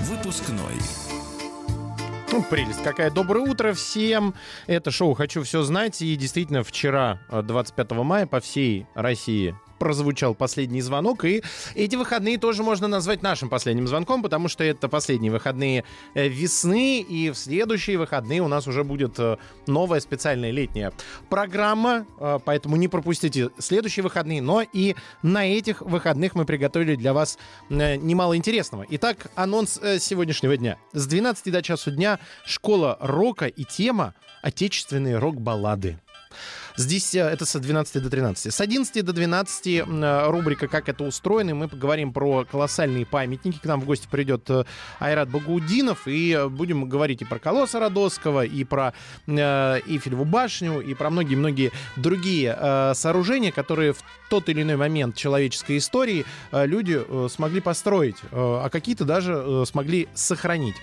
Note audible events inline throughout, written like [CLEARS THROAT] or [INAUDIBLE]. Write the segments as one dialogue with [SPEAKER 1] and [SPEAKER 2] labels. [SPEAKER 1] Выпускной.
[SPEAKER 2] Ну, прелесть какая. Доброе утро всем. Это шоу «Хочу все знать». И действительно, вчера, э, 25 мая, по всей России прозвучал последний звонок. И эти выходные тоже можно назвать нашим последним звонком, потому что это последние выходные э, весны. И в следующие выходные у нас уже будет э, новая специальная летняя программа. э, Поэтому не пропустите следующие выходные. Но и на этих выходных мы приготовили для вас э, немало интересного. Итак, анонс э, сегодняшнего дня. С 12 до часу дня школа рока и тема «Отечественные рок-баллады». Здесь э, это с 12 до 13. С 11 до 12 м, э, рубрика «Как это устроено», и мы поговорим про колоссальные памятники. К нам в гости придет э, Айрат Багаудинов, и э, будем говорить и про колосса Родосского, и про э, Эйфелеву башню, и про многие-многие другие э, сооружения, которые в тот или иной момент человеческой истории э, люди э, смогли построить, э, а какие-то даже э, смогли сохранить.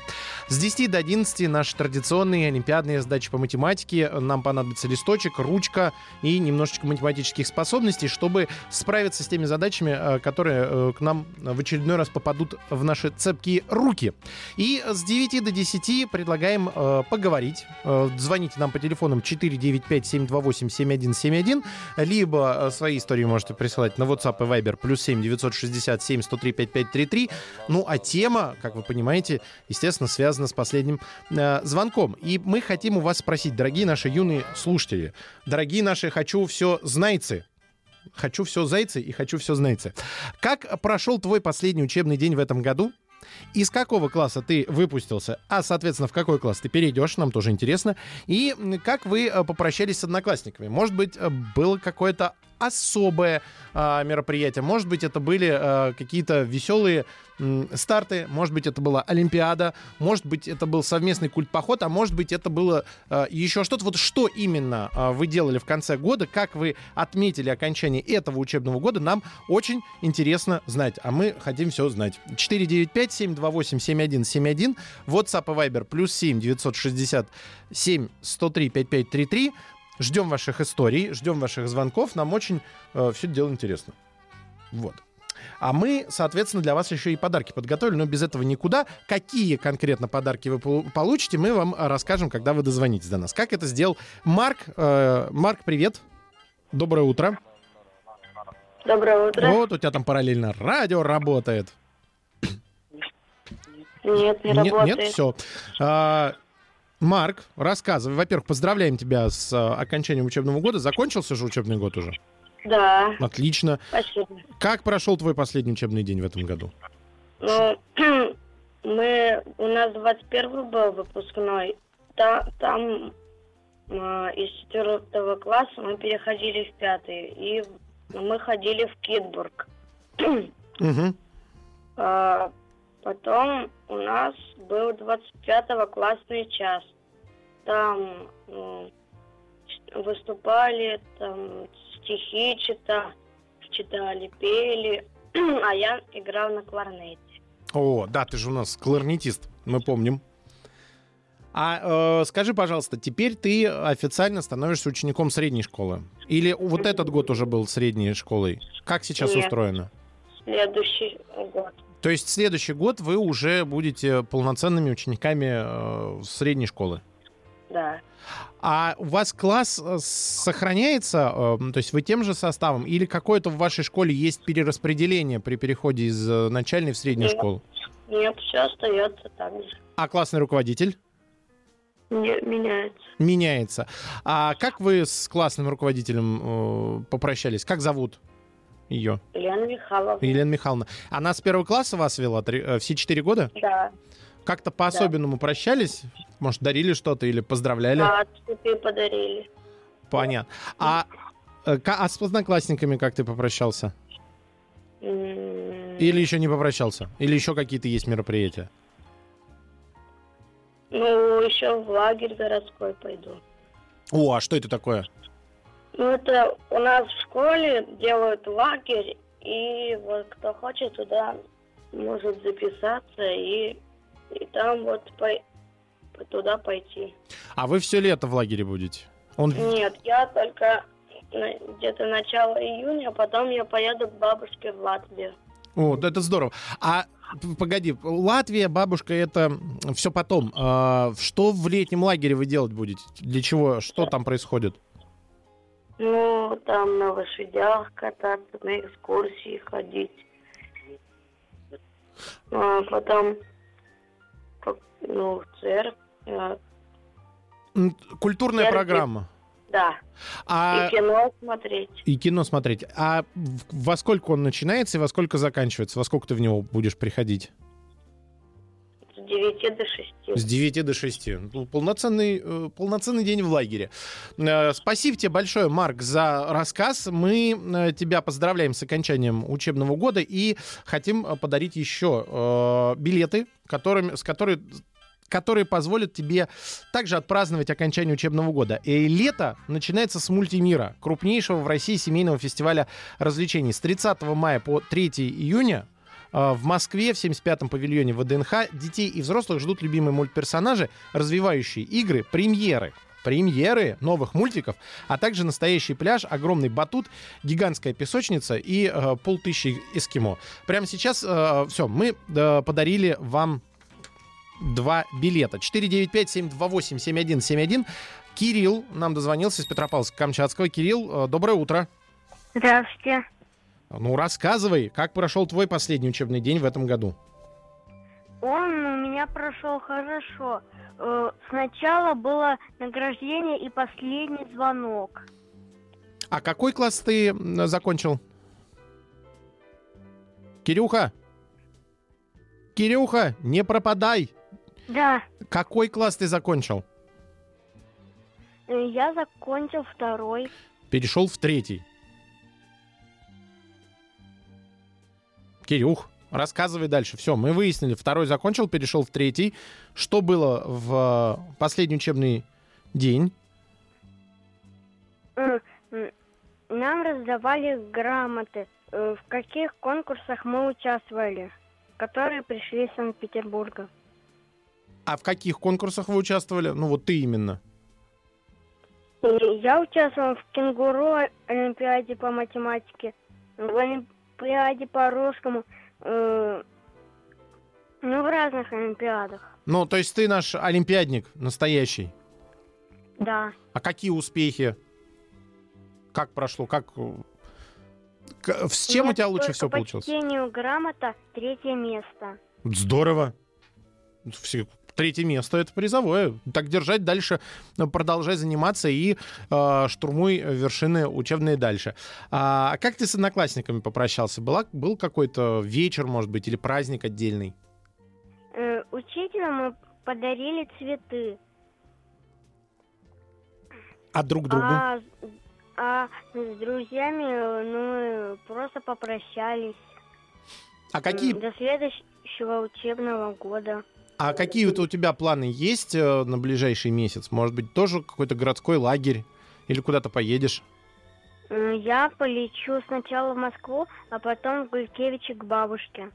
[SPEAKER 2] С 10 до 11 наши традиционные олимпиадные задачи по математике. Нам понадобится листочек, ручка и немножечко математических способностей, чтобы справиться с теми задачами, э, которые э, к нам в очередной раз попадут в наши цепкие руки. И с 9 до 10 предлагаем э, поговорить. Э, звоните нам по телефонам 495-728-7171, либо э, свои истории можете присылать на WhatsApp и Viber, плюс 7 967 103 5533. Ну, а тема, как вы понимаете, естественно, связана с последним э, звонком. И мы хотим у вас спросить, дорогие наши юные слушатели, дорогие наши «Хочу все знайцы», Хочу все зайцы и хочу все знайцы. Как прошел твой последний учебный день в этом году? Из какого класса ты выпустился? А, соответственно, в какой класс ты перейдешь? Нам тоже интересно. И м, как вы э, попрощались с одноклассниками? Может быть, э, было какое-то особое а, мероприятие. Может быть, это были а, какие-то веселые м, старты, может быть, это была Олимпиада, может быть, это был совместный культпоход, а может быть, это было а, еще что-то. Вот что именно а, вы делали в конце года, как вы отметили окончание этого учебного года, нам очень интересно знать, а мы хотим все знать. 495-728-7171, WhatsApp и Viber, плюс 7 967 103 5533. Ждем ваших историй, ждем ваших звонков. Нам очень все это дело интересно. Вот. А мы, соответственно, для вас еще и подарки подготовили, но без этого никуда. Какие конкретно подарки вы полу- получите, мы вам э, расскажем, когда вы дозвонитесь до нас. Как это сделал Марк? Э, Марк, привет. Доброе утро.
[SPEAKER 3] Доброе утро.
[SPEAKER 2] Вот у тебя там параллельно радио работает.
[SPEAKER 3] Нет, не
[SPEAKER 2] Нет,
[SPEAKER 3] работает.
[SPEAKER 2] Нет, все. Марк, рассказывай. Во-первых, поздравляем тебя с э, окончанием учебного года. Закончился же учебный год уже?
[SPEAKER 3] Да,
[SPEAKER 2] Отлично.
[SPEAKER 3] спасибо.
[SPEAKER 2] Как прошел твой последний учебный день в этом году?
[SPEAKER 3] Ну, [CLEARS THROAT] мы, у нас 21 был выпускной. Та- там а, из четвертого класса мы переходили в пятый. И мы ходили в Китбург.
[SPEAKER 2] Угу.
[SPEAKER 3] А, потом у нас был 25-го классный час. Там м, ч- выступали, там стихи читали, читали, пели, [CLEARS THROAT] а я играл на кларнете.
[SPEAKER 2] О, да, ты же у нас кларнетист, мы помним. А э, скажи, пожалуйста, теперь ты официально становишься учеником средней школы? Или вот этот год уже был средней школой? Как сейчас
[SPEAKER 3] Нет.
[SPEAKER 2] устроено?
[SPEAKER 3] Следующий год.
[SPEAKER 2] То есть следующий год вы уже будете полноценными учениками э, средней школы?
[SPEAKER 3] Да.
[SPEAKER 2] А у вас класс э, сохраняется, э, м, то есть вы тем же составом, или какое-то в вашей школе есть перераспределение при переходе из э, начальной в среднюю
[SPEAKER 3] Нет.
[SPEAKER 2] школу?
[SPEAKER 3] Нет, все остается так же.
[SPEAKER 2] А классный руководитель
[SPEAKER 3] Не меняется.
[SPEAKER 2] меняется. А как вы с классным руководителем э, попрощались? Как зовут ее?
[SPEAKER 3] Лена Михайловна.
[SPEAKER 2] Елена Михайловна. Она с первого класса вас вела три- э, все четыре года?
[SPEAKER 3] Да.
[SPEAKER 2] Как-то по-особенному прощались? Может, дарили что-то или поздравляли?
[SPEAKER 3] А цветы подарили.
[SPEAKER 2] Понятно. А, э, ка- а с одноклассниками как ты попрощался?
[SPEAKER 3] М,
[SPEAKER 2] Или еще не попрощался? Или еще какие-то есть мероприятия?
[SPEAKER 4] Ну, еще в лагерь городской пойду.
[SPEAKER 2] О, а что это такое?
[SPEAKER 4] Ну, это у нас в школе делают лагерь, и вот кто хочет туда может записаться и, и там вот пой- туда пойти.
[SPEAKER 2] А вы все лето в лагере будете? Он...
[SPEAKER 4] Нет, я только на- где-то начало июня, а потом я поеду к бабушке в Латвию.
[SPEAKER 2] О, да это здорово. А п- погоди, Латвия, бабушка, это все потом. А, что в летнем лагере вы делать будете? Для чего? Что там происходит?
[SPEAKER 4] Ну, там на лошадях кататься, на экскурсии ходить. А потом, как- ну, в церковь. а,
[SPEAKER 2] М, Культурная
[SPEAKER 4] Я-
[SPEAKER 2] программа.
[SPEAKER 4] Да,
[SPEAKER 2] А...
[SPEAKER 4] и кино смотреть.
[SPEAKER 2] И кино смотреть. А в- во сколько он начинается и во сколько заканчивается? Во сколько ты в него будешь приходить?
[SPEAKER 4] С 9 до 6.
[SPEAKER 2] С 9 до 6. Ну, Полноценный, э, полноценный день в лагере. Э, Спасибо тебе большое, Марк, за рассказ. Мы э, тебя поздравляем с окончанием учебного года и хотим э, подарить еще э, билеты, которыми, с которыми которые позволят тебе также отпраздновать окончание учебного года. И лето начинается с мультимира, крупнейшего в России семейного фестиваля развлечений. С 30 мая по 3 июня а, в Москве в 75-м павильоне ВДНХ детей и взрослых ждут любимые мультперсонажи, развивающие игры, премьеры. Премьеры новых мультиков, а также настоящий пляж, огромный батут, гигантская песочница и э, полтыщи эскимо. Прямо сейчас все, мы э, подарили вам два билета. 495-728-7171. Кирилл нам дозвонился из Петропавловска-Камчатского. Кирилл, э, доброе утро.
[SPEAKER 5] Здравствуйте.
[SPEAKER 2] Ну, рассказывай, как прошел твой последний учебный день в этом году?
[SPEAKER 5] Он у меня прошел хорошо. Э, Сначала было награждение и последний звонок.
[SPEAKER 2] А какой класс ты м, закончил? Кирюха? Кирюха, не пропадай!
[SPEAKER 5] Да,
[SPEAKER 2] Какой класс ты закончил?
[SPEAKER 5] э, я закончил второй.
[SPEAKER 2] Перешел в третий. Кирюх, рассказывай дальше. Все, мы выяснили. Второй закончил, перешел в третий. Что было в э, последний учебный день?
[SPEAKER 5] Э, м, Нам раздавали грамоты, э, в каких конкурсах мы участвовали, которые пришли из Санкт-Петербурга.
[SPEAKER 2] А в каких конкурсах вы участвовали? Ну, вот ты именно.
[SPEAKER 5] И Я участвовал в кенгуру олимпиаде по математике, в олимпиаде по русскому, э, ну, в разных олимпиадах.
[SPEAKER 2] Ну, то есть ты наш олимпиадник настоящий.
[SPEAKER 5] Да.
[SPEAKER 2] А какие успехи? Как прошло? Как... э, к- С чем
[SPEAKER 5] Ну,
[SPEAKER 2] у тебя лучше всего получилось?
[SPEAKER 5] получилось? По чтению грамота третье место.
[SPEAKER 2] Здорово. Все- Третье место это призовое. Так держать дальше, э, продолжай заниматься и э, штурмуй вершины учебные дальше. А как ты с одноклассниками попрощался? Была, был какой-то вечер, может быть, или праздник отдельный?
[SPEAKER 5] Э, учителю мы подарили цветы.
[SPEAKER 2] А друг другу?
[SPEAKER 5] А, с- а с друзьями, э, ну, э, просто попрощались.
[SPEAKER 2] А какие,
[SPEAKER 5] М, До следующего учебного года.
[SPEAKER 2] а какие вот у тебя планы есть э, на ближайший месяц? Может быть, тоже какой-то городской лагерь? Или куда-то поедешь?
[SPEAKER 5] М, Я полечу сначала в Москву, а потом в Гулькевичи к бабушке.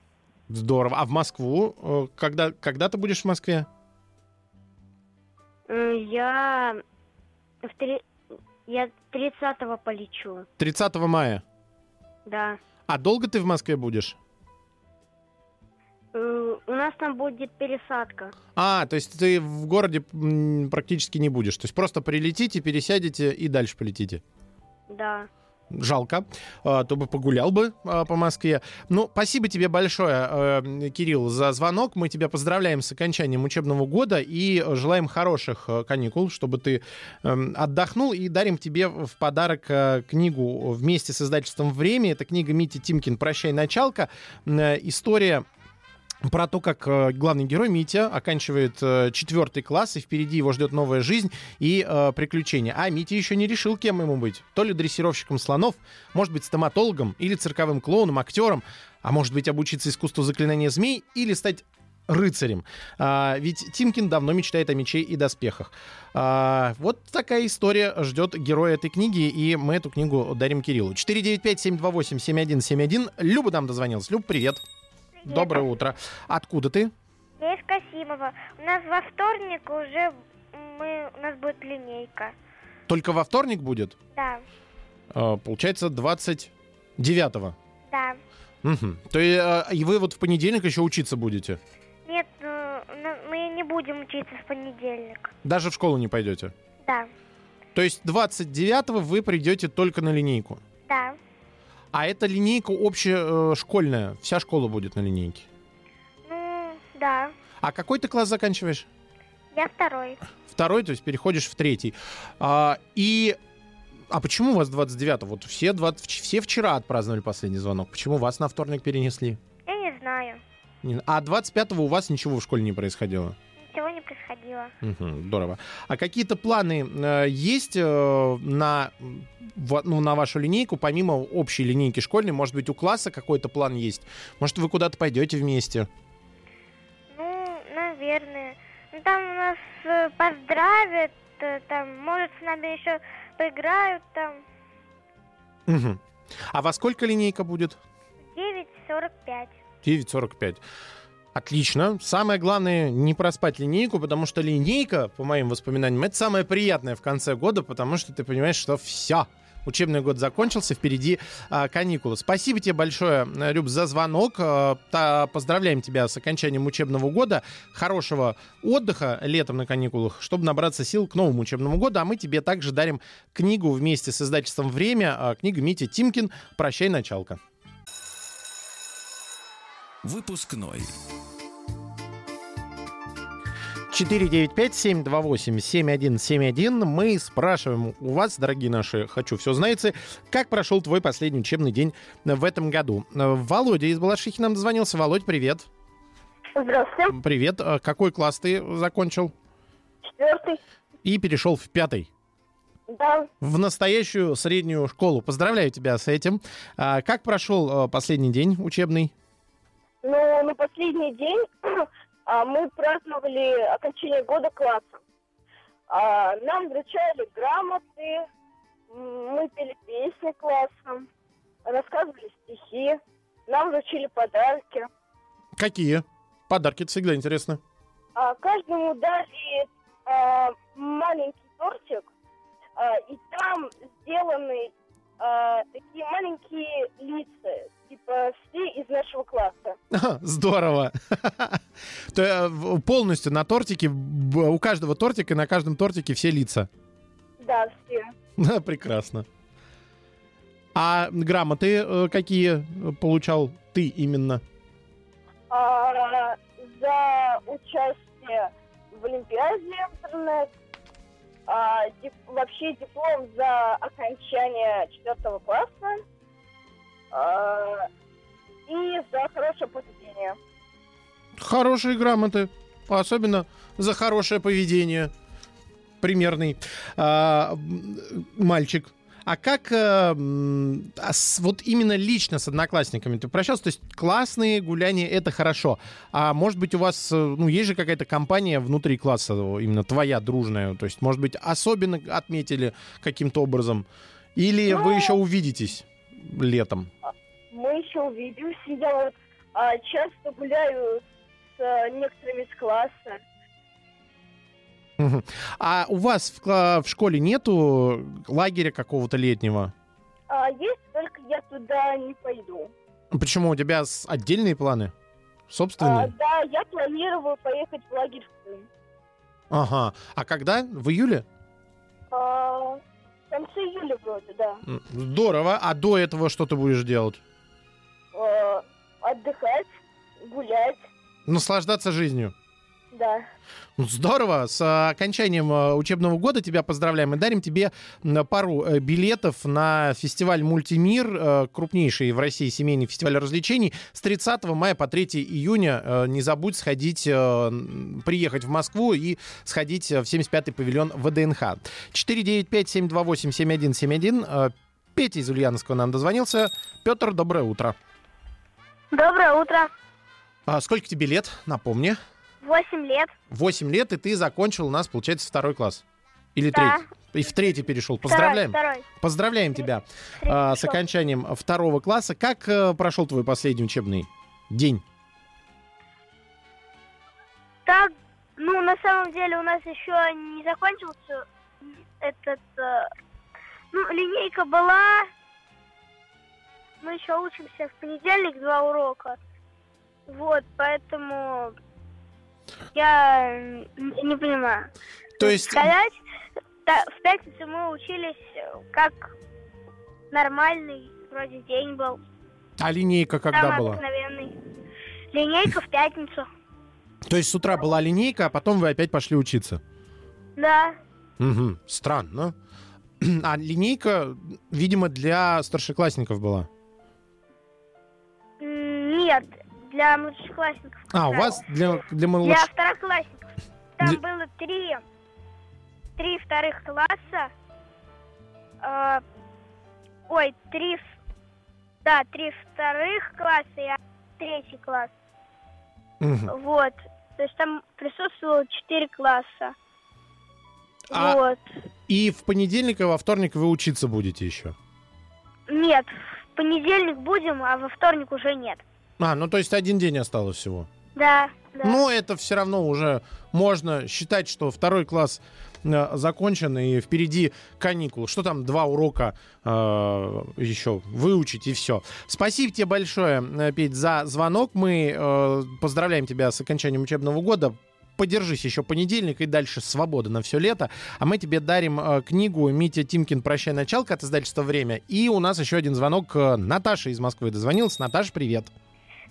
[SPEAKER 2] Здорово. А в Москву? э, Когда, когда ты будешь в Москве?
[SPEAKER 5] М, Я в три... Я 30-го полечу,
[SPEAKER 2] 30 мая.
[SPEAKER 5] да.
[SPEAKER 2] А долго ты в Москве будешь?
[SPEAKER 5] Э, У нас там будет пересадка.
[SPEAKER 2] А, то есть ты в городе м, практически не будешь. То есть просто прилетите, пересядете и дальше полетите.
[SPEAKER 5] Да.
[SPEAKER 2] Жалко, А, то бы погулял бы а, по Москве. Ну, спасибо тебе большое, э, Кирилл, за звонок. Мы тебя поздравляем с окончанием учебного года и желаем хороших э, каникул, чтобы ты эм, отдохнул. И дарим тебе в подарок э, книгу вместе с издательством «Время». Это книга Мити Тимкин «Прощай, началка». М, э, История про то, как э, главный герой Митя оканчивает э, четвертый класс, и впереди его ждет новая жизнь и э, приключения. А Митя еще не решил, кем ему быть. То ли дрессировщиком слонов, может быть, стоматологом или цирковым клоуном, актером, а может быть, обучиться искусству заклинания змей или стать рыцарем. А, ведь Тимкин давно мечтает о мече и доспехах. А, вот такая история ждет героя этой книги, и мы эту книгу дарим Кириллу. 495-728-7171. Люба нам дозвонилась. Люб, привет. Доброе утро. Откуда ты?
[SPEAKER 5] Я из Касимова. У нас во вторник уже мы, у нас будет линейка.
[SPEAKER 2] Только во вторник будет?
[SPEAKER 5] Да,
[SPEAKER 2] А, получается, 29-го.
[SPEAKER 5] да.
[SPEAKER 2] Мгм. То и, а, и вы вот в понедельник еще учиться будете?
[SPEAKER 5] Нет, э, на- мы не будем учиться в понедельник.
[SPEAKER 2] Даже в школу не пойдете?
[SPEAKER 5] Да,
[SPEAKER 2] То есть 29-го вы придете только на линейку?
[SPEAKER 5] да.
[SPEAKER 2] А это линейка общешкольная. Вся школа будет на линейке.
[SPEAKER 5] Ну, да.
[SPEAKER 2] А какой ты класс заканчиваешь?
[SPEAKER 5] Я второй.
[SPEAKER 2] Второй, то есть переходишь в третий. А, и... А почему у вас 29-го? Вот все, 20 вч- все вчера отпраздновали последний звонок. Почему вас на вторник перенесли?
[SPEAKER 5] Я не знаю.
[SPEAKER 2] Не- А 25-го у вас ничего в школе не происходило?
[SPEAKER 5] Ничего не происходило.
[SPEAKER 2] Мгм, здорово. А какие-то планы э, есть э, на, м, ва- ну, на вашу линейку, помимо общей линейки школьной? Может быть, у класса какой-то план есть? Может, вы куда-то пойдете вместе?
[SPEAKER 5] Ну, наверное. Ну, там нас э, поздравят, э, там, может, с нами еще поиграют, там,
[SPEAKER 2] Мгм. А во сколько линейка будет?
[SPEAKER 5] 9.45.
[SPEAKER 2] 9.45. Отлично. Самое главное не проспать линейку, потому что линейка, по моим воспоминаниям, это самое приятное в конце года, потому что ты понимаешь, что все. Учебный год закончился, впереди а, каникулы. Спасибо тебе большое, э, Люб, за звонок. Э, та- поздравляем тебя с окончанием учебного года. Хорошего отдыха летом на каникулах, чтобы набраться сил к новому учебному году. А мы тебе также дарим книгу вместе с издательством «Время». э, книга Мити Тимкин «Прощай, началка».
[SPEAKER 1] Выпускной.
[SPEAKER 2] 495-728-7171. Мы спрашиваем у вас, дорогие наши «Хочу все знаете», как прошел твой последний учебный день в этом году. Э, Володя из Балашихи нам дозвонился. Володь, привет.
[SPEAKER 6] Здравствуйте,
[SPEAKER 2] Привет. Э, Какой класс ты закончил?
[SPEAKER 6] четвертый.
[SPEAKER 2] И перешел в пятый.
[SPEAKER 6] Да,
[SPEAKER 2] В настоящую среднюю школу. Поздравляю тебя с этим. А, Как прошел э, последний день учебный?
[SPEAKER 6] но на последний день [CLEARS THROAT] а, мы праздновали окончание года класса. А, Нам вручали грамоты, м, мы пели песни классом, рассказывали стихи, нам вручили подарки.
[SPEAKER 2] Какие? Подарки, это всегда интересно.
[SPEAKER 6] А, Каждому дали а, маленький тортик, а, и там сделаны а, такие маленькие лица, типа все из нашего класса.
[SPEAKER 2] Ха, [LAUGHS] Здорово. То, э, в- Полностью на тортике, б- у каждого тортика, на каждом тортике все лица. [LAUGHS]
[SPEAKER 6] Да, все.
[SPEAKER 2] Да, Прекрасно. А грамоты э, какие получал ты именно?
[SPEAKER 6] а, за участие в Олимпиаде интернет, а, дип- вообще диплом за окончание четвертого класса а, и за хорошее поведение.
[SPEAKER 2] Хорошие грамоты. Особенно за хорошее поведение. Примерный а, м, мальчик. А как э, м, а с- вот именно лично с одноклассниками ты прощался? То есть классные гуляния это хорошо. А может быть, у вас э, ну, есть же какая-то компания внутри класса, о, именно твоя дружная. То есть, может быть, особенно отметили каким-то образом. Или вы еще увидитесь летом?
[SPEAKER 6] Мы еще увидимся. Я вот а, часто гуляю с а, некоторыми из класса.
[SPEAKER 2] Мгм. А у вас в, кла- в школе нету лагеря какого-то летнего?
[SPEAKER 6] А, есть, только я туда не пойду.
[SPEAKER 2] Почему у тебя с- отдельные планы?
[SPEAKER 6] А,
[SPEAKER 2] Собственные?
[SPEAKER 6] да, я планировала поехать в лагерь в Крым.
[SPEAKER 2] Ага. А когда? В июле?
[SPEAKER 6] А, в конце июля вроде, да.
[SPEAKER 2] М, Здорово. А до этого что ты будешь делать?
[SPEAKER 6] э, отдыхать, гулять,
[SPEAKER 2] Наслаждаться жизнью.
[SPEAKER 6] да.
[SPEAKER 2] Ну, Здорово. С э, окончанием э, учебного года тебя поздравляем и дарим тебе м, пару э, билетов на фестиваль «Мультимир», э, крупнейший в России семейный фестиваль развлечений. С 30 мая по 3 июня э, не забудь сходить, э, м, приехать в Москву и сходить э, в 75-й павильон ВДНХ. 495-728-7171. Э, Петя из Ульяновского нам дозвонился. Петр, доброе утро.
[SPEAKER 5] Доброе утро.
[SPEAKER 2] А сколько тебе лет, напомни?
[SPEAKER 6] Восемь лет.
[SPEAKER 2] Восемь лет, и ты закончил у нас, получается, второй класс. Или
[SPEAKER 6] Да.
[SPEAKER 2] третий. И в третий перешел.
[SPEAKER 6] Второй,
[SPEAKER 2] Поздравляем.
[SPEAKER 6] Второй.
[SPEAKER 2] Поздравляем тебя а, с
[SPEAKER 6] Хорошо.
[SPEAKER 2] окончанием второго класса. Как э, прошел твой последний учебный день?
[SPEAKER 6] Так, ну, на самом деле у нас еще не закончился этот... э, Ну, линейка была. Мы еще учимся в понедельник два урока. Вот, поэтому я м, не понимаю.
[SPEAKER 2] То есть
[SPEAKER 6] Сказать, та- в пятницу мы учились э, как нормальный вроде день был.
[SPEAKER 2] А линейка когда
[SPEAKER 6] самый
[SPEAKER 2] была?
[SPEAKER 6] обыкновенный. Линейка в пятницу.
[SPEAKER 2] То есть с утра была линейка, а потом вы опять пошли учиться?
[SPEAKER 6] Да.
[SPEAKER 2] Угу. Странно. [CLEARS THROAT] А линейка, видимо, для старшеклассников была.
[SPEAKER 6] М, Нет, для младшеклассников. как
[SPEAKER 2] А, у
[SPEAKER 6] раз.
[SPEAKER 2] вас для, для
[SPEAKER 6] Для
[SPEAKER 2] младш-
[SPEAKER 6] второклассников. Там
[SPEAKER 2] Для-
[SPEAKER 6] было три, три вторых класса. Э, ой, три, в- да, три вторых класса и один третий класс.
[SPEAKER 2] Мгм.
[SPEAKER 6] Вот. То есть там присутствовало четыре класса.
[SPEAKER 5] Ну.
[SPEAKER 2] А-
[SPEAKER 6] Вот.
[SPEAKER 2] И в понедельник и во вторник вы учиться будете еще.
[SPEAKER 6] Нет, в понедельник будем, а во вторник уже нет.
[SPEAKER 2] А, ну то есть один день осталось всего.
[SPEAKER 6] Да, да.
[SPEAKER 2] Ну, это все равно уже можно считать, что второй класс э, закончен и впереди каникулы. Что там, два урока э, еще выучить и все. Спасибо тебе большое, э, Петь, за звонок. Мы э, поздравляем тебя с окончанием учебного года. Подержись еще понедельник и дальше свобода на все лето. А мы тебе дарим э, книгу Митя Тимкин «Прощай, началка» от издательства «Время». И у нас еще один звонок. э, Наташа из Москвы дозвонилась. Наташа, привет.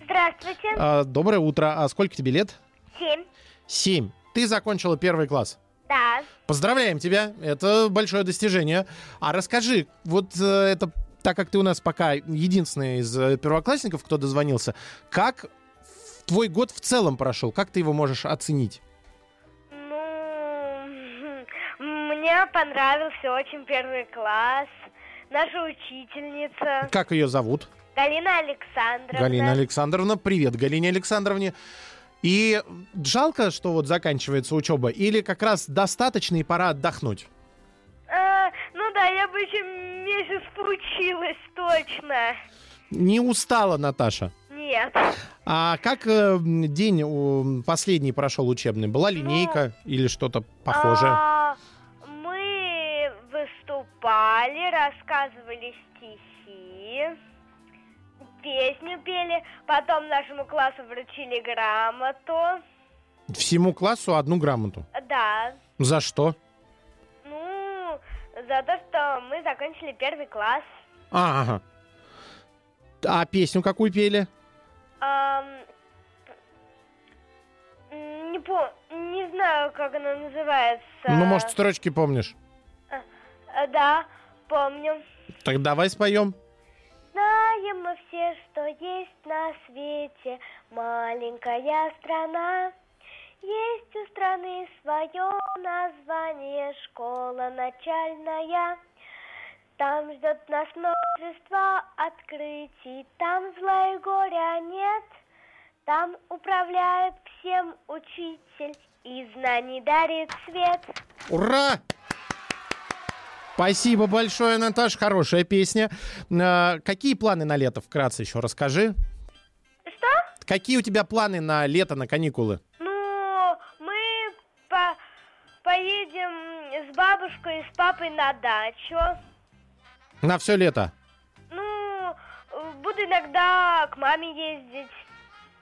[SPEAKER 6] Здравствуйте.
[SPEAKER 2] Э, доброе утро. А сколько тебе лет?
[SPEAKER 6] Семь.
[SPEAKER 2] 7. Ты закончила первый класс.
[SPEAKER 6] Да.
[SPEAKER 2] Поздравляем тебя, это большое достижение. А расскажи, вот э, это, так как ты у нас пока единственный из э, первоклассников, кто дозвонился, как в- твой год в целом прошел, как ты его можешь оценить?
[SPEAKER 6] [LAUGHS]
[SPEAKER 5] Ну, мне понравился очень первый класс. Наша учительница
[SPEAKER 2] Как ее зовут?
[SPEAKER 5] Галина Александровна.
[SPEAKER 2] Галина Александровна. Привет, Галине Александровне. И жалко, что вот заканчивается учеба, или как раз достаточно и пора отдохнуть?
[SPEAKER 5] Э, ну да, я бы еще месяц поучилась, точно.
[SPEAKER 2] Не устала, Наташа.
[SPEAKER 5] Нет.
[SPEAKER 2] А как э, м, день у, последний прошел учебный? Была линейка или что-то похожее?
[SPEAKER 5] А, мы выступали, рассказывали стихи, песню пели, потом нашему классу вручили грамоту.
[SPEAKER 2] Всему классу одну грамоту.
[SPEAKER 5] Да,
[SPEAKER 2] За что?
[SPEAKER 5] Ну, за то, что мы закончили первый класс.
[SPEAKER 2] А, ага. А песню какую пели?
[SPEAKER 5] Ам, м, не по, не знаю, как она называется.
[SPEAKER 2] Ну, может, строчки помнишь?
[SPEAKER 5] Э, Да, помню.
[SPEAKER 2] Так давай споем.
[SPEAKER 5] Знаем мы все, что есть на свете маленькая страна. Есть у страны свое название школа начальная. Там ждет нас множество открытий, там зла и горя нет. Там управляет всем учитель и знаний дарит свет.
[SPEAKER 2] Ура! Спасибо большое, Наташ. Хорошая песня. А, какие планы на лето? Вкратце еще расскажи.
[SPEAKER 5] Что?
[SPEAKER 2] Какие у тебя планы на лето, на каникулы?
[SPEAKER 5] Ну, мы по- поедем с бабушкой и с папой на дачу.
[SPEAKER 2] На все лето?
[SPEAKER 5] Ну, э, буду иногда к маме ездить.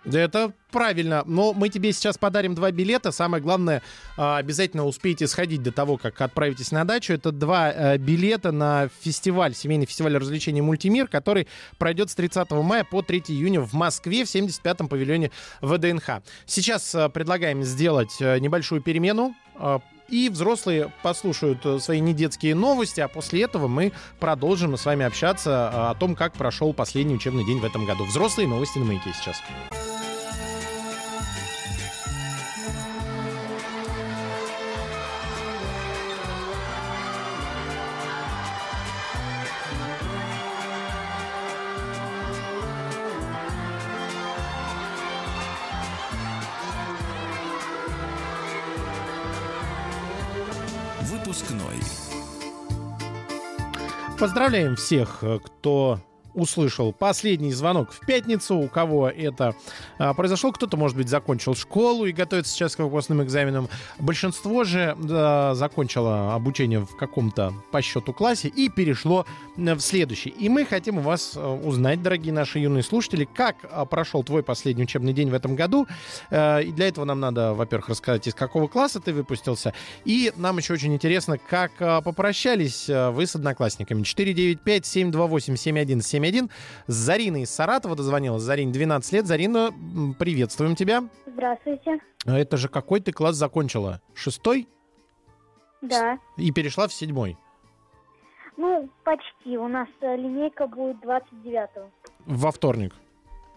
[SPEAKER 2] Да это правильно. Но мы тебе сейчас подарим два билета. Самое главное, а, обязательно успейте сходить до того, как отправитесь на дачу. Это два э, билета на фестиваль, семейный фестиваль развлечений «Мультимир», который пройдет с 30 мая по 3 июня в Москве в 75-м павильоне ВДНХ. Сейчас э, предлагаем сделать э, небольшую перемену. э, И взрослые послушают э, свои недетские новости, а после этого мы продолжим с вами общаться э, о том, как прошел последний учебный день в этом году. Взрослые новости на маяке сейчас.
[SPEAKER 1] Выпускной.
[SPEAKER 2] Поздравляем всех, э, кто услышал последний звонок в пятницу, у кого это а, произошло. Кто-то, может быть, закончил школу и готовится сейчас к выпускным экзаменам. Большинство же да, закончило обучение в каком-то по счету классе и перешло э, в следующий. И мы хотим у вас э, узнать, дорогие наши юные слушатели, как а, прошел твой последний учебный день в этом году. Э, И для этого нам надо, во-первых, рассказать, из какого класса ты выпустился. И нам еще очень интересно, как а, попрощались а, вы с одноклассниками. 495-728-7171. Зарина из Саратова дозвонилась. Зарин, 12 лет. Зарина, м, приветствуем тебя.
[SPEAKER 5] Здравствуйте.
[SPEAKER 2] А Это же какой ты класс закончила? Шестой
[SPEAKER 5] Да.
[SPEAKER 2] и перешла в седьмой.
[SPEAKER 5] Ну, почти. У нас э, линейка будет 29-го.
[SPEAKER 2] Во вторник.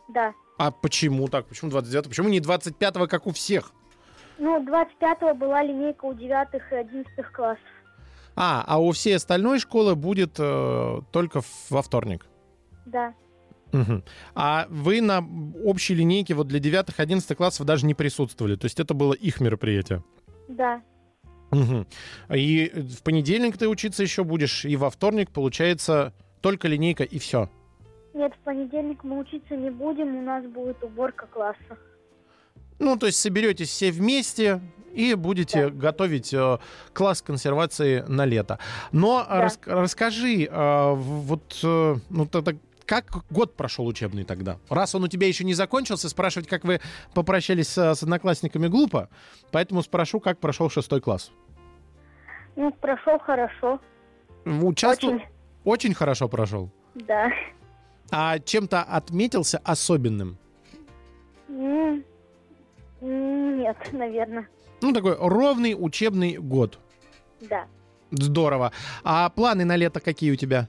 [SPEAKER 5] Да.
[SPEAKER 2] А почему так? Почему 29 Почему не 25 как у всех?
[SPEAKER 5] Ну, 25-го была линейка у 9-х и 11-х классов.
[SPEAKER 2] А, а у всей остальной школы будет э, только в- во вторник.
[SPEAKER 5] Да.
[SPEAKER 2] Мгм. А вы на общей линейке вот для 9-11 классов даже не присутствовали. То есть это было их мероприятие.
[SPEAKER 5] Да.
[SPEAKER 2] Мгм. И в понедельник ты учиться еще будешь, и во вторник, получается, только линейка и все.
[SPEAKER 5] Нет, в понедельник мы учиться не будем. У нас будет уборка класса.
[SPEAKER 2] Ну, то есть соберетесь все вместе и будете готовить э, класс консервации на лето. Но
[SPEAKER 5] Да.
[SPEAKER 2] рас- расскажи, э, в- вот э, ну, тогда как год прошел учебный тогда? Раз он у тебя еще не закончился, спрашивать, как вы попрощались э, с одноклассниками, глупо. Поэтому спрошу, как прошел шестой класс.
[SPEAKER 5] Ну, прошел хорошо.
[SPEAKER 2] Участвовал? Очень, хорошо прошел.
[SPEAKER 5] Да.
[SPEAKER 2] А чем-то отметился особенным?
[SPEAKER 5] М, м, Нет, наверное.
[SPEAKER 2] Ну, такой ровный учебный год.
[SPEAKER 5] Да.
[SPEAKER 2] Здорово. А планы на лето какие у тебя?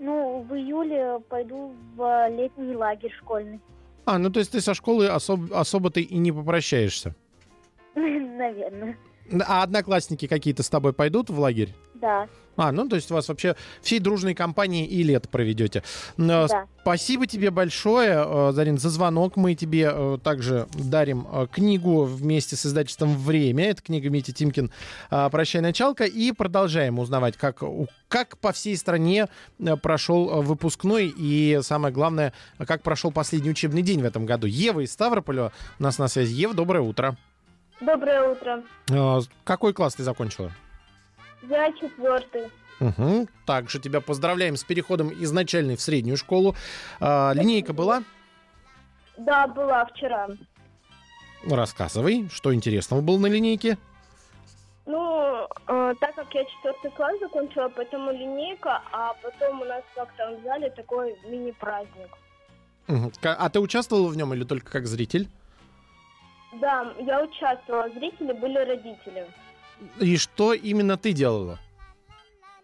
[SPEAKER 5] Ну, в июле пойду в э, летний лагерь школьный. [LAUGHS]
[SPEAKER 2] А, ну то есть ты со школы особ- особо ты и не попрощаешься.
[SPEAKER 5] Наверное.
[SPEAKER 2] А одноклассники какие-то с тобой пойдут в лагерь?
[SPEAKER 5] Да.
[SPEAKER 2] А, ну то есть у вас вообще всей дружной компании и лет проведете. Э,
[SPEAKER 5] Да.
[SPEAKER 2] Спасибо тебе большое, э, Зарин, за звонок. Мы тебе э, также дарим э, книгу вместе с издательством «Время». Это книга Мити Тимкин э, «Прощай, началка». И продолжаем узнавать, как, у- как по всей стране э, прошел э, выпускной и, самое главное, как прошел последний учебный день в этом году. Ева из Ставрополя у нас на связи. Ева, доброе утро.
[SPEAKER 6] Доброе утро.
[SPEAKER 2] Э, Какой класс ты закончила?
[SPEAKER 6] Я четвертый.
[SPEAKER 2] Угу. Также тебя поздравляем с переходом из начальной в среднюю школу. А, линейка была?
[SPEAKER 6] Да, была вчера.
[SPEAKER 2] Рассказывай, что интересного было на линейке.
[SPEAKER 6] Ну, э, так как я четвертый класс закончила, поэтому линейка, а потом у нас как-то в зале такой мини-праздник.
[SPEAKER 2] Мгм. Ка- А ты участвовала в нем или только как зритель?
[SPEAKER 6] Да, я участвовала, зрители были родители.
[SPEAKER 2] И что именно ты делала?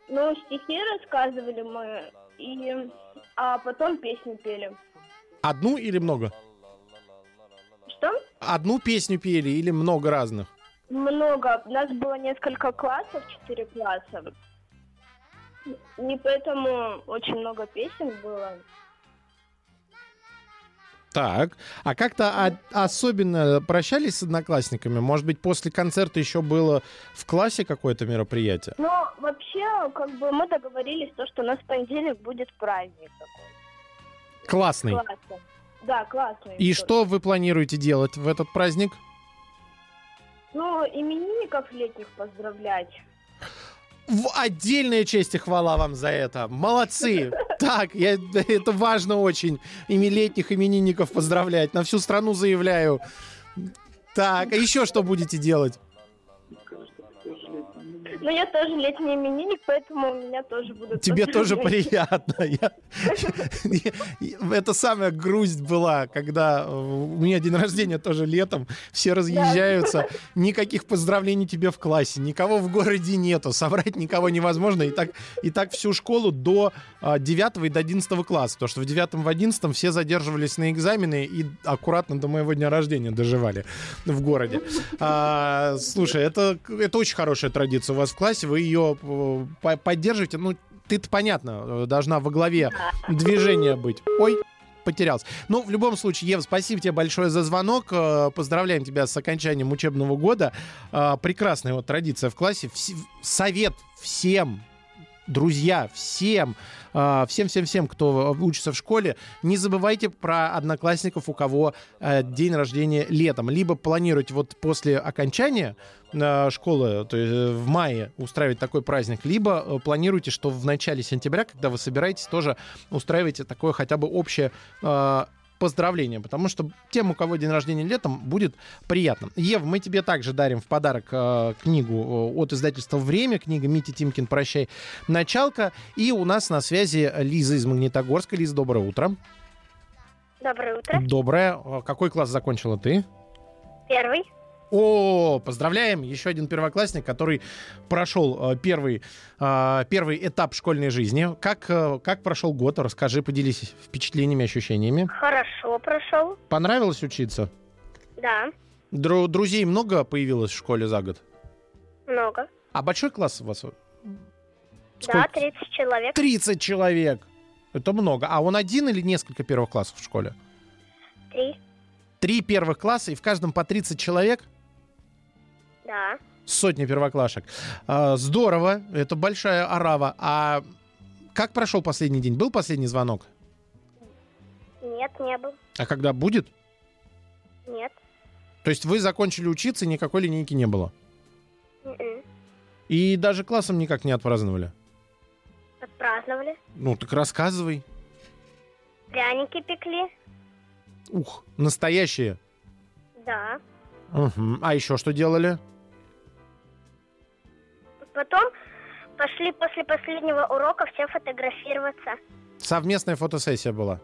[SPEAKER 6] Ну, стихи рассказывали мы, и, а потом песню пели.
[SPEAKER 2] Одну или много?
[SPEAKER 6] Что?
[SPEAKER 2] Одну песню пели или много разных?
[SPEAKER 6] Много. У нас было несколько классов, четыре класса. И поэтому очень много песен было.
[SPEAKER 2] Так. А как-то о- особенно прощались с одноклассниками? Может быть, после концерта еще было в классе какое-то мероприятие?
[SPEAKER 6] Но Ну, вообще, как бы мы договорились, то, что у нас в понедельник будет праздник такой.
[SPEAKER 2] Классный.
[SPEAKER 6] Классный. Да, классный.
[SPEAKER 2] И что вы планируете делать в этот праздник?
[SPEAKER 6] Ну, именинников летних поздравлять.
[SPEAKER 2] В отдельная честь и хвала вам за это. Молодцы. Так, я, это важно очень. Ими летних именинников поздравлять. На всю страну заявляю. Так, а еще что будете делать?
[SPEAKER 6] Ну, я тоже летний именинник, поэтому у меня тоже будут
[SPEAKER 2] Тебе тоже
[SPEAKER 6] поздравления.
[SPEAKER 2] приятно. [LAUGHS] Я- Это самая грусть была, когда э, у меня день рождения тоже летом, все разъезжаются, никаких поздравлений тебе в классе, никого в городе нету, собрать никого невозможно. И так, и так всю школу до 9 и до 11 класса, потому что в 9 в 11 все задерживались на экзамены и аккуратно до моего дня рождения доживали в городе. А, слушай, это, это очень хорошая традиция у вас в классе, вы ее э, по- поддерживаете, ну, ты-то, понятно, э, должна во главе движения быть. Ой, потерялся. Ну, в любом случае, Ев, спасибо тебе большое за звонок. Э, Поздравляем тебя с окончанием учебного года. Э, Прекрасная вот традиция в классе. Вс- Совет всем, друзья, всем, э, всем-всем-всем, кто учится в школе, не забывайте про одноклассников, у кого э, день рождения летом. Либо планируйте вот после окончания э, школы, то есть э, в мае устраивать такой праздник, либо э, планируйте, что в начале сентября, когда вы собираетесь, тоже устраивайте такое хотя бы общее э, поздравление, потому что тем, у кого день рождения летом, будет приятно. Ев, мы тебе также дарим в подарок э, книгу э, от издательства «Время», книга Мити Тимкин «Прощай, началка». И у нас на связи Лиза из Магнитогорска. Лиза, доброе утро.
[SPEAKER 5] Доброе утро.
[SPEAKER 2] Доброе. Э, Какой класс закончила ты?
[SPEAKER 5] Первый.
[SPEAKER 2] О, поздравляем! Еще один первоклассник, который прошел э, первый, э, первый этап школьной жизни. Как, э, как прошел год? Расскажи, поделись впечатлениями, ощущениями.
[SPEAKER 5] Хорошо прошел.
[SPEAKER 2] Понравилось учиться?
[SPEAKER 5] Да,
[SPEAKER 2] Дру- друзей много появилось в школе за год?
[SPEAKER 5] много.
[SPEAKER 2] А большой класс у вас?
[SPEAKER 5] Да,
[SPEAKER 2] Сколько?
[SPEAKER 5] 30 человек.
[SPEAKER 2] 30 человек. Это много. А он один или несколько первых классов в школе?
[SPEAKER 5] Три.
[SPEAKER 2] Три первых класса, и в каждом по 30 человек?
[SPEAKER 5] Да.
[SPEAKER 2] Сотни первоклашек. А, здорово, это большая арава. А как прошел последний день? Был последний звонок?
[SPEAKER 5] Нет, не был.
[SPEAKER 2] А когда будет?
[SPEAKER 5] Нет.
[SPEAKER 2] То есть вы закончили учиться, и никакой линейки не было?
[SPEAKER 5] М-м.
[SPEAKER 2] И даже классом никак не отпраздновали?
[SPEAKER 5] Отпраздновали.
[SPEAKER 2] Ну, так рассказывай.
[SPEAKER 5] Пряники пекли.
[SPEAKER 2] Ух, настоящие.
[SPEAKER 5] Да.
[SPEAKER 2] Мгм. А еще что делали?
[SPEAKER 5] Потом пошли после последнего урока все фотографироваться.
[SPEAKER 2] Совместная фотосессия была.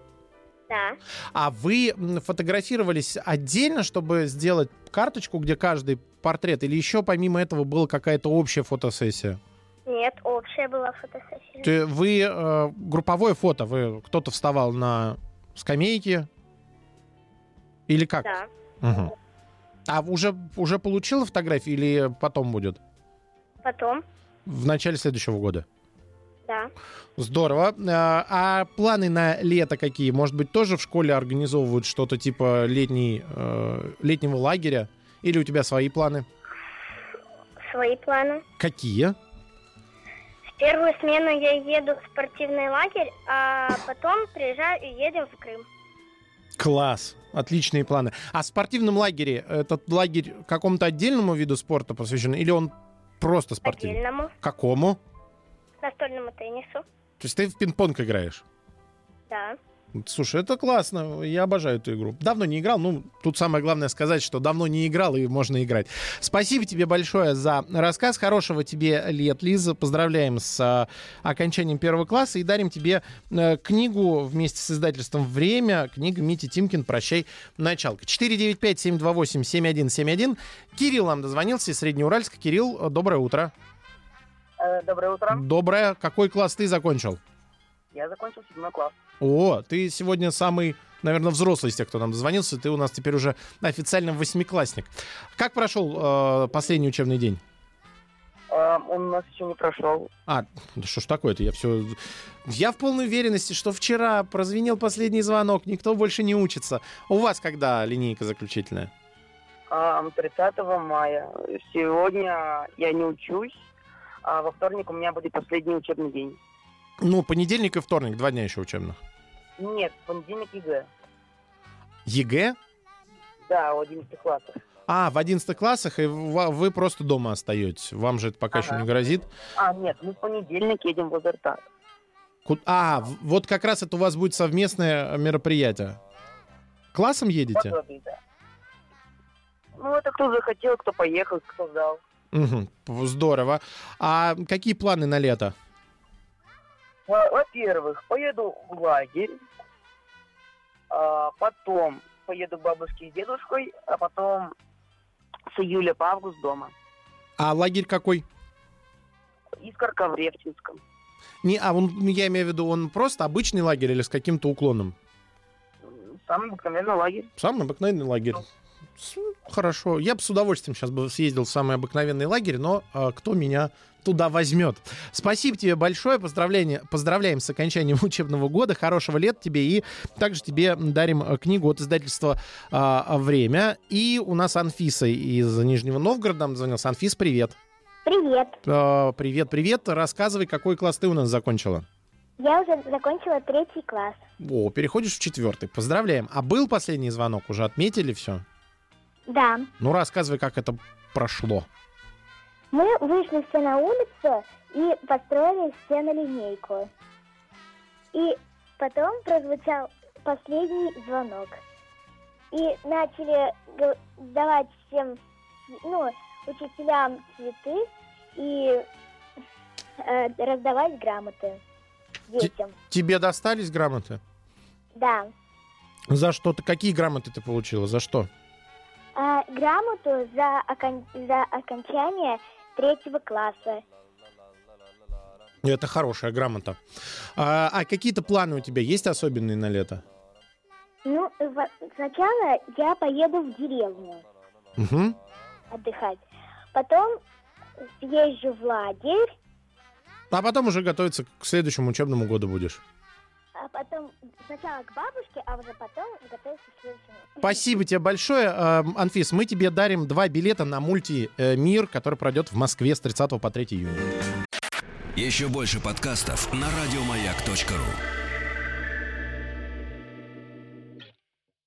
[SPEAKER 5] Да.
[SPEAKER 2] А вы м, фотографировались отдельно, чтобы сделать карточку, где каждый портрет, или еще помимо этого была какая-то общая фотосессия?
[SPEAKER 5] Нет, общая была фотосессия.
[SPEAKER 2] Ты- вы э, групповое фото, вы кто-то вставал на скамейке или как?
[SPEAKER 5] Да.
[SPEAKER 2] Мгм. А уже уже получила фотографии или потом будет?
[SPEAKER 5] Потом.
[SPEAKER 2] В начале следующего года.
[SPEAKER 5] Да.
[SPEAKER 2] Здорово. А, а планы на лето какие? Может быть, тоже в школе организовывают что-то типа летней, э, летнего лагеря? Или у тебя свои планы?
[SPEAKER 5] Свои планы.
[SPEAKER 2] Какие?
[SPEAKER 5] В первую смену я еду в спортивный лагерь, а потом приезжаю и едем в Крым.
[SPEAKER 2] Класс. Отличные планы. А в спортивном лагере этот лагерь какому-то отдельному виду спорта посвящен? Или он просто спортивный?
[SPEAKER 5] Отдельному
[SPEAKER 2] Какому?
[SPEAKER 5] настольному теннису.
[SPEAKER 2] То есть ты в пинг-понг играешь?
[SPEAKER 5] Да.
[SPEAKER 2] Слушай, это классно. Я обожаю эту игру. Давно не играл. Ну, тут самое главное сказать, что давно не играл и можно играть. Спасибо тебе большое за рассказ. Хорошего тебе лет, Лиза. Поздравляем с а, окончанием первого класса и дарим тебе э, книгу вместе с издательством «Время». Книга Мити Тимкин «Прощай, началка». 495-728-7171. Кирилл нам дозвонился из Среднеуральска. Кирилл, э, доброе утро.
[SPEAKER 7] Э, Доброе утро.
[SPEAKER 2] Доброе. Какой класс ты закончил?
[SPEAKER 7] Я закончил седьмой класс.
[SPEAKER 2] О, ты сегодня самый, наверное, взрослый из тех, кто нам дозвонился. Ты у нас теперь уже официально восьмиклассник. Как прошел э, последний учебный день?
[SPEAKER 7] Э, Он у нас еще не прошел.
[SPEAKER 2] А, да что ж такое-то, я все... Я в полной уверенности, что вчера прозвенел последний звонок, никто больше не учится. У вас когда линейка заключительная?
[SPEAKER 7] А, 30 мая. Сегодня я не учусь, а во вторник у меня будет последний учебный день.
[SPEAKER 2] Ну, понедельник и вторник, два дня еще учебных.
[SPEAKER 7] Нет, в понедельник ЕГЭ.
[SPEAKER 2] ЕГЭ?
[SPEAKER 7] Да, у 11 классов.
[SPEAKER 2] А, в 11 классах, и ва- вы просто дома остаетесь. Вам же это пока еще
[SPEAKER 7] Ага.
[SPEAKER 2] не грозит.
[SPEAKER 7] А, нет, мы в понедельник едем в Лазертаг.
[SPEAKER 2] Ку- А, в- вот как раз это у вас будет совместное мероприятие. Классом едете?
[SPEAKER 7] Подобие, да. Ну, это кто захотел, кто поехал, кто сдал.
[SPEAKER 2] Мгм, п- Здорово. А какие планы на лето?
[SPEAKER 7] Во- Во-первых, поеду в лагерь, а, потом поеду к бабушке и дедушкой, а потом с июля по август дома.
[SPEAKER 2] А лагерь какой?
[SPEAKER 7] Искорка в Рефтинском.
[SPEAKER 2] Не, а он, я имею в виду, он просто обычный лагерь или с каким-то уклоном?
[SPEAKER 7] М, Самый обыкновенный лагерь.
[SPEAKER 2] Самый обыкновенный лагерь. С- Хорошо. Я бы с удовольствием сейчас бы съездил в самый обыкновенный лагерь, но а, кто меня туда возьмет? Спасибо тебе большое. Поздравление. Поздравляем с окончанием [LAUGHS] учебного года. Хорошего лет тебе. И также тебе дарим э, книгу от издательства а, «Время». И у нас Анфиса из Нижнего Новгорода нам звонилась. Анфис, привет.
[SPEAKER 5] Привет.
[SPEAKER 2] А, привет, привет. Рассказывай, какой класс ты у нас закончила?
[SPEAKER 5] Я уже закончила третий класс.
[SPEAKER 2] О, переходишь в четвертый. Поздравляем. А был последний звонок? Уже отметили все?
[SPEAKER 5] Да.
[SPEAKER 2] Ну, рассказывай, как это прошло.
[SPEAKER 5] Мы вышли все на улицу и построили все на линейку. И потом прозвучал последний звонок. И начали г- давать всем, ну, учителям цветы и э, раздавать грамоты детям.
[SPEAKER 2] Тебе достались грамоты?
[SPEAKER 5] Да.
[SPEAKER 2] За что ты? Какие грамоты ты получила? За что?
[SPEAKER 5] А, грамоту за, окон- за окончание третьего класса.
[SPEAKER 2] Ну, Это хорошая грамота. А, а какие-то планы у тебя есть особенные на лето?
[SPEAKER 5] Ну, во- сначала я поеду в деревню.
[SPEAKER 2] Угу.
[SPEAKER 5] отдыхать. Потом съезжу в лагерь,
[SPEAKER 2] А потом уже готовиться к следующему учебному году будешь.
[SPEAKER 5] а потом сначала к бабушке, а уже потом готовиться к следующему.
[SPEAKER 2] Спасибо тебе большое, эм, Анфис. Мы тебе дарим два билета на мульти э, «Мир», который пройдет в Москве с 30 по 3 июня.
[SPEAKER 1] Еще больше подкастов на радиомаяк.ру.